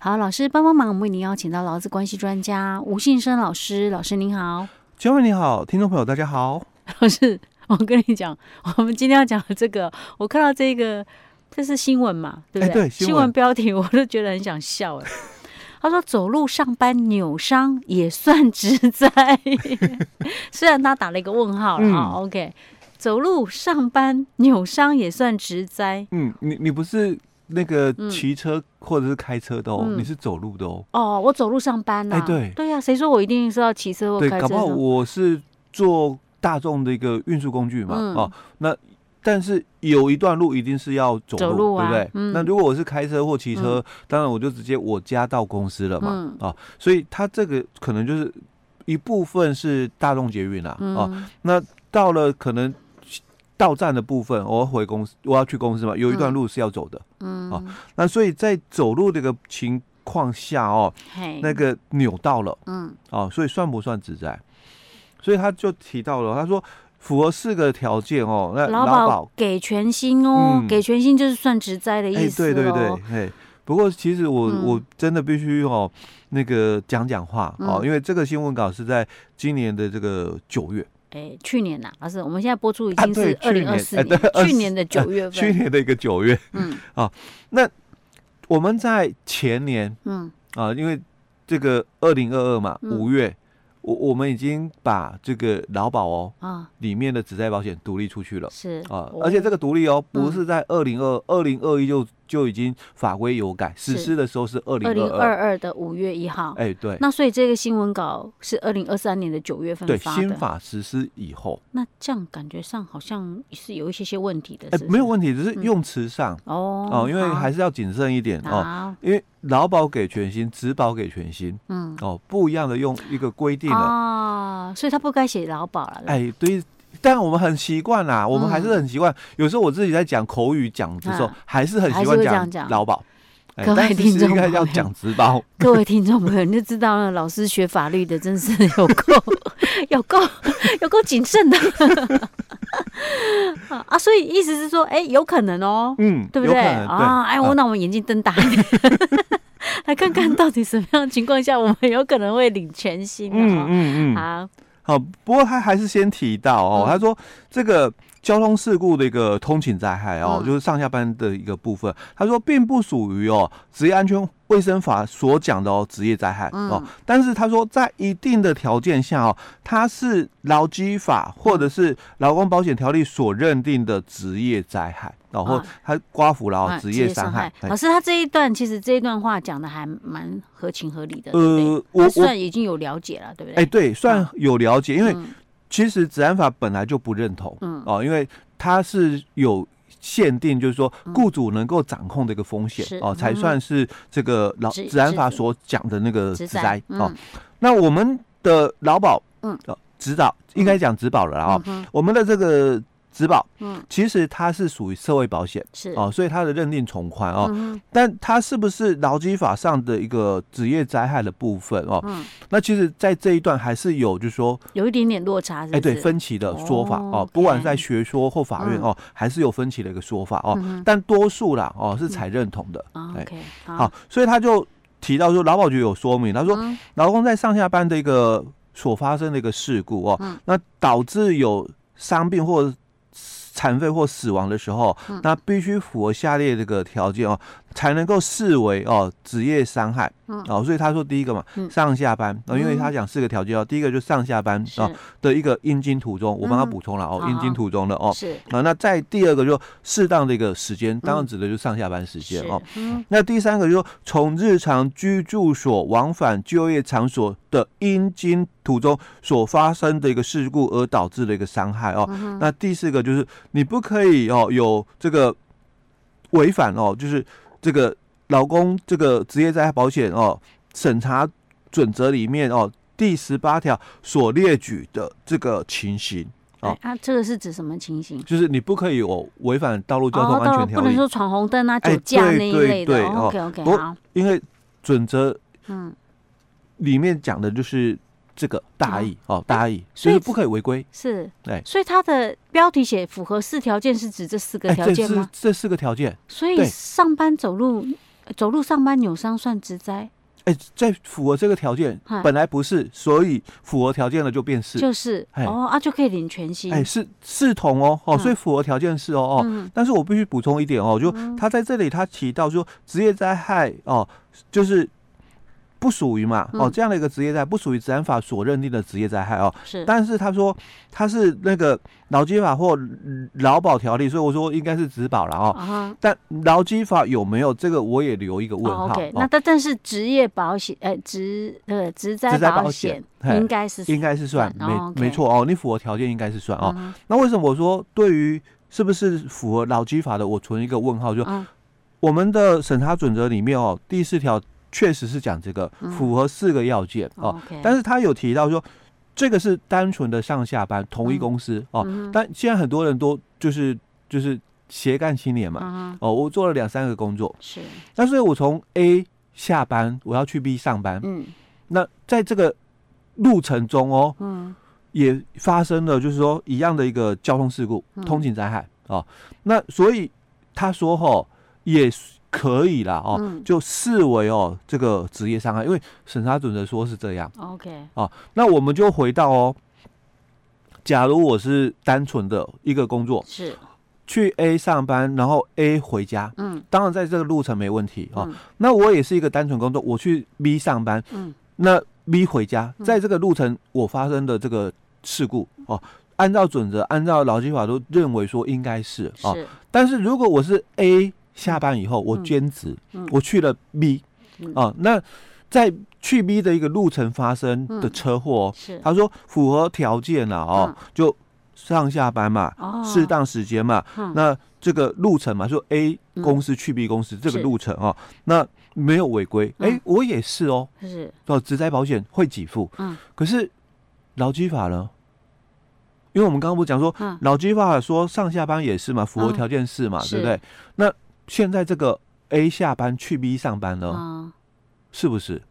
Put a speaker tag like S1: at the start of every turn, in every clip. S1: 好，老师帮帮忙，我们为您邀请到劳资关系专家吴信生老师。老师您好，
S2: 嘉惠你好，听众朋友大家好。
S1: 老师，我跟你讲，我们今天要讲的这个，我看到这个，这是新闻嘛，对不
S2: 哎对新闻
S1: 新闻标题我都觉得很想笑哎。 他说：“走路上班扭伤也算职灾， 虽然他打了一个问号了啊、
S2: 嗯
S1: OK，走路上班扭伤也算职灾
S2: 嗯，你你不是那个
S1: 嗯
S2: 骑车或者是开车的哦，
S1: 嗯
S2: 你是走路的哦。
S1: 哦。我走路上班呐、
S2: 哎对
S1: 对呀、啊谁说我一定是要骑车或
S2: 对
S1: 嗯开，车
S2: 搞不好
S1: 呢
S2: 我是坐大众的一个运输工具嘛，
S1: 嗯
S2: 哦，那但是有一段路一定是要走路，
S1: 走路啊
S2: 对不对？
S1: 嗯
S2: 那如果我是开车或骑车，当然我就直接我家到公司了嘛，
S1: 嗯
S2: 哦，所以它这个可能就是一部分是大众捷运啦、啊，哦，
S1: 嗯
S2: 那到了可能到站的部分，我要回公司，我要去公司嘛，有一段
S1: 嗯
S2: 路是要走的。
S1: 嗯，
S2: 哦那所以在走路这个情况下哦，
S1: 嘿，
S2: 那个扭到了
S1: 嗯
S2: 哦，所以算不算职灾？所以他就提到了，他说符合四个条件哦，那
S1: 劳
S2: 劳
S1: 保
S2: 保，
S1: 给全薪哦，
S2: 嗯
S1: 给全薪就是算职灾的
S2: 哎、
S1: 意思、哦
S2: 对对对，，哎。不过，其实我、
S1: 嗯
S2: 我真的必须哦，那个讲讲话哦，
S1: 嗯
S2: 因为这个新闻稿是在今年的这个九月，
S1: 哎，去年呐、老师，我们现在播出已
S2: 啊
S1: 经
S2: 对
S1: 是二
S2: 去
S1: 零二
S2: 年
S1: 四
S2: 哎
S1: 年，
S2: 对
S1: 去 年的九月
S2: 去
S1: 份，
S2: 年的一个九月，
S1: 嗯
S2: 我们在前年
S1: 嗯
S2: 啊，因为这个二零二二嘛，
S1: 嗯
S2: 五月，我我们已经把这个劳保哦
S1: 啊，
S2: 里面的职灾保险独立出去了
S1: 是
S2: 啊
S1: 哦，
S2: 而且这个独立哦，
S1: 嗯
S2: 不是在二零二二零二一就就已经法规有改，实
S1: 是
S2: 施的时候是二零
S1: 二零
S2: 二
S1: 二
S2: 二，
S1: 二的五月一号，
S2: 哎，对
S1: 那所以这个新闻稿是二零二三年的九月份
S2: 对，
S1: 发
S2: 新
S1: 的，
S2: 法实施以后，
S1: 那这样感觉上好像是有一些些问题的，
S2: 哎
S1: 是，不
S2: 没有
S1: 是
S2: 问题，只是
S1: 嗯
S2: 用词上
S1: 哦
S2: 哦，因为
S1: 好
S2: 还是要谨慎一点哦。
S1: 好
S2: 因为劳保给全薪，职保给全薪
S1: 嗯
S2: 哦，不一样的用一个规定了。
S1: 啊，所以他不该写劳保了，
S2: 哎，对，但我们很习惯啦，
S1: 嗯
S2: 我们还是很习惯。有时候我自己在讲口语讲的时候
S1: 嗯，
S2: 还是很习
S1: 还是会
S2: 惯
S1: 这样讲
S2: 讲劳保。哎
S1: 各位
S2: 但是
S1: 听
S2: 是
S1: 众
S2: 应该
S1: 朋友
S2: 要讲直包，
S1: 各位听众朋友，你就知道了，老师学法律的真是有够、 有够、有够谨慎的 啊啊！所以意思是说，哎、有可能哦，
S2: 嗯，
S1: 对不
S2: 有
S1: 对
S2: 可能对
S1: 啊？哎，我
S2: 嗯
S1: 那我们眼睛瞪大一点， 来看看到底什么样的情况下我们有可能会领全薪的、
S2: 嗯
S1: 哦。
S2: 嗯嗯，
S1: 好，
S2: 好。不过他还是先提到哦，
S1: 嗯
S2: 他说这个交通事故的一个通勤灾害哦，
S1: 嗯
S2: 就是上下班的一个部分，他说并不属于哦职业安全卫生法所讲的哦职业灾害哦
S1: 嗯，
S2: 但是他说，在一定的条件下哦，它是劳基法或
S1: 嗯
S2: 者是劳工保险条例所认定的职业灾害，然后
S1: 啊
S2: 它刮胡劳
S1: 啊
S2: 职业伤害。哎
S1: 老师，他这一段其实这一段话讲的还蛮合情合理的，对不对
S2: 呃，我
S1: 他
S2: 我
S1: 算已经有了解了，对不对？
S2: 哎，对，算有了解，因为
S1: 嗯
S2: 其实治安法本来就不认同
S1: 嗯
S2: 哦，因为它是有。限定就是说，雇主能够掌控这个风险
S1: 嗯是
S2: 哦，才
S1: 嗯
S2: 算是这个劳
S1: 职
S2: 治安法
S1: 职
S2: 所讲的那个
S1: 职
S2: 职
S1: 灾
S2: 灾哦。那我们的劳保，
S1: 嗯
S2: 嗯，指导应该讲指保了啦哦，
S1: 嗯哼
S2: 我们的这个植保，
S1: 嗯
S2: 嗯，其实它是属于社会保险
S1: 是
S2: 哦，所以它的认定从宽哦，
S1: 嗯
S2: 但它是不是劳基法上的一个职业灾害的部分哦？
S1: 嗯
S2: 那其实，在这一段还是有，就是说，
S1: 有一点点落差是
S2: 哎、
S1: 不是，
S2: 对分歧的说法
S1: 哦
S2: 哦，不管
S1: OK
S2: 是在学说或法院哦，还是有分歧的一个说法哦，
S1: 嗯哼嗯
S2: 但多数啦哦是采认同的。
S1: 啊
S2: 哎
S1: ，OK，
S2: 好，，所以他就提到说，劳保局有说明，他说
S1: 嗯
S2: 劳工在上下班的一个所发生的一个事故哦，
S1: 嗯
S2: 那导致有伤病或残废或死亡的时候，
S1: 嗯
S2: 那必须符合下列这个条件哦，才能够视为哦职业伤害、
S1: 嗯
S2: 哦。所以他说第一个嘛，
S1: 嗯
S2: 上下班，哦、因为
S1: 嗯
S2: 他讲四个条件哦，第一个就上下班
S1: 是
S2: 哦的一个应经途中，我帮他
S1: 嗯
S2: 补充了哦，
S1: 好
S2: 应经途中的哦。
S1: 是
S2: 啊，那再第二个就适当的一个时间，当然指的就是上下班时间哦。，
S1: 嗯是嗯
S2: 那第三个就是说从日常居住所往返就业场所的应经途中所发生的一个事故而导致的一个伤害哦。
S1: 嗯
S2: 那第四个就是你不可以哦有这个违反哦，就是这个劳工这个职业灾害保险哦审查准则里面哦第十八条所列举的这个情形，哦
S1: 哎啊，这个是指什么情形？
S2: 就是你不可以有违反道路交通
S1: 哦，
S2: 安
S1: 当
S2: 全
S1: 然
S2: 条
S1: 不
S2: 例，
S1: 能说闯红灯啊、酒
S2: 哎
S1: 驾
S2: 对
S1: 那一
S2: 对
S1: 类的
S2: 对哦
S1: ，OK OK，
S2: 不
S1: 好，
S2: 因为准则
S1: 嗯，
S2: 里面讲的就是这个大意哦，大意
S1: 所
S2: 就
S1: 以
S2: 是不可以违规。
S1: 是
S2: 哎，
S1: 所以它的标题写符合四条件是指这四个条
S2: 哎这
S1: 件
S2: 是
S1: 吗？
S2: 这四个条件，
S1: 所以
S2: 对
S1: 上班走路。走路上班扭伤算职灾，
S2: 哎、在符合这个条件
S1: 嗨，
S2: 本来不是，所以符合条件了就变是。
S1: 就是
S2: 哎
S1: 哦啊就可以领全薪
S2: 哎、。是视同哦，哦，
S1: 嗯
S2: 所以符合条件是哦哦，
S1: 嗯
S2: 但是我必须补充一点哦，就他在这里他提到说职业灾害哦，就是不属于嘛哦
S1: 嗯
S2: 这样的一个职业灾害不属于治安法所认定的职业灾害哦，
S1: 是，
S2: 但是他说他是那个劳基法或劳保条例，所以我说应该是职保了哦。
S1: 啊
S2: 但劳基法有没有这个，我也留一个问
S1: 哦
S2: 号。
S1: ，OK，那但但是职业保险，呃，职呃职灾
S2: 职灾保
S1: 保
S2: 险
S1: 险
S2: 嘿
S1: 应该是
S2: 应该是算
S1: 算
S2: 没、
S1: 哦，OK
S2: 没错哦，你符合条件应该是算哦。
S1: 嗯
S2: 那为什么我说对于是不是符合劳基法的，我存一个问号？就
S1: 嗯
S2: 我们的审查准则里面哦，第四条确实是讲这个
S1: 嗯
S2: 符合四个要件哦，
S1: ，OK，
S2: 但是他有提到说这个是单纯的上下班同一
S1: 嗯
S2: 公司哦，
S1: 嗯哼
S2: 但现在很多人都就是就是斜杠青年嘛，
S1: 嗯哼
S2: 哦，我做了两三个工作，
S1: 是，
S2: 但是我从 A 下班，我要去 B 上班，
S1: 嗯
S2: 那在这个路程中哦，
S1: 嗯
S2: 也发生了就是说一样的一个交通事故、
S1: 嗯
S2: 通勤灾害哦，那所以他说吼、也可以啦哦，
S1: 嗯
S2: 就视为哦这个职业伤害，因为审查准则说是这样。
S1: ，OK，
S2: 那我们就回到哦，假如我是单纯的一个工作，
S1: 是，
S2: 去 A 上班，然后 A 回家，
S1: 嗯
S2: 当然在这个路程没问题哦。
S1: 嗯
S2: 那我也是一个单纯工作，我去 B 上班，
S1: 嗯
S2: 那 B 回家，
S1: 嗯
S2: 在这个路程我发生的这个事故哦，按照准则，按照劳基法都认为说应该是哦。
S1: 是，
S2: 但是如果我是 A 下班以后，我
S1: 嗯
S2: 兼职，
S1: 嗯
S2: 我去了 B
S1: 嗯
S2: 啊，那在去 B 的一个路程发生的
S1: 嗯
S2: 车祸哦，
S1: 是，嗯
S2: 他说符合条件了哦，就上下班嘛，
S1: 哦，
S2: 适当时间嘛，
S1: 嗯
S2: 那这个路程嘛，就 A
S1: 嗯
S2: 公司去 B 公司这个
S1: 是
S2: 路程哦，那没有违规，哎、
S1: 嗯
S2: 我也是哦，
S1: 是，
S2: 哦，职灾保险会给付，
S1: 嗯，
S2: 可是劳基法呢？因为我们刚刚不是讲说
S1: 嗯
S2: 劳基法说上下班也是嘛，符
S1: 嗯
S2: 合条件是嘛，
S1: 是
S2: 对不对？那现在这个 A 下班去 B 上班呢，
S1: 嗯，
S2: 是不是？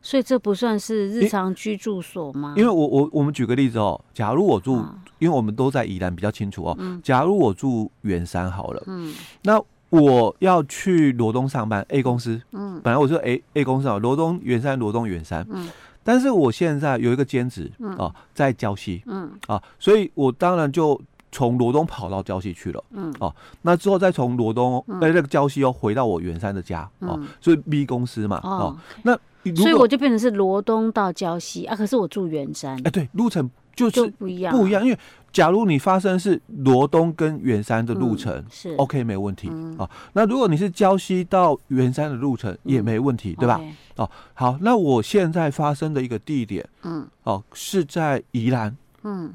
S1: 所以这不算是
S2: 因
S1: 日常居住所吗？
S2: 因为我我我们举个例子哦，假如我住，
S1: 啊
S2: 因为我们都在宜兰比较清楚哦，
S1: 嗯
S2: 假如我住圆山好了，
S1: 嗯
S2: 那我要去罗东上班，A 公司，
S1: 嗯
S2: 本来我是 A A 公司啊，罗东圆山，罗东圆山，
S1: 嗯
S2: 但是我现在有一个兼职
S1: 嗯
S2: 哦，在礁溪
S1: 嗯
S2: 啊，所以我当然就从罗东跑到礁溪去了。哦
S1: 嗯
S2: 那之后再从罗东
S1: 嗯
S2: 哎那个礁溪又回到我圆山的家哦
S1: 嗯，
S2: 所以 B 公司嘛哦
S1: 哦，，
S2: 那如
S1: 所以我
S2: 果
S1: 就变成是罗东到礁溪啊，可是我住圆山，
S2: 哎对，路程就
S1: 就是不一样，
S2: 不一，样，因为假如你发生是罗东跟圆山的路
S1: 嗯
S2: 程。
S1: 是
S2: OK，没问题、
S1: 嗯
S2: 啊。那如果你是礁溪到圆山的路程、也
S1: 嗯
S2: 没问题，对吧？
S1: OK，
S2: 好，那我现在发生的一个地点
S1: 嗯
S2: 哦，是在宜兰。
S1: 嗯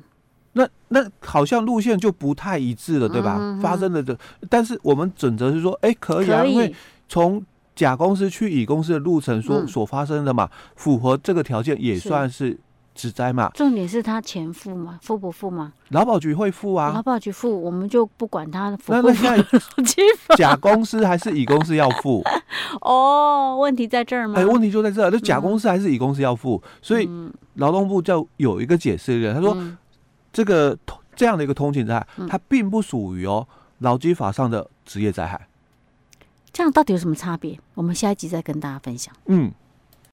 S2: 那那好像路线就不太一致了，对吧？
S1: 嗯嗯嗯
S2: 发生了的，但是我们准则是说，哎、可以啊，
S1: 可
S2: 因为
S1: 以，
S2: 从甲公司去乙公司的路程所、
S1: 嗯
S2: 所发生的嘛，符合这个条件也
S1: 是
S2: 算是职灾嘛，
S1: 重点是他钱付吗？付不付吗？
S2: 劳保局会付
S1: 劳
S2: 啊。
S1: 保局付，我们就不管他 付
S2: 那
S1: 不
S2: 那
S1: 付
S2: 现
S1: 劳基
S2: 在甲公司还是乙公司要付？
S1: 哦，问题在这儿吗？
S2: 哎、问题就在这，那甲公司还是乙公司要付，所以
S1: 嗯
S2: 劳动部就有一个解释了，他说
S1: 嗯
S2: 这个通这样的一个通勤灾害，
S1: 嗯
S2: 它并不属于哦劳基法上的职业灾害。
S1: 这样到底有什么差别？我们下一集再跟大家分享。
S2: 嗯，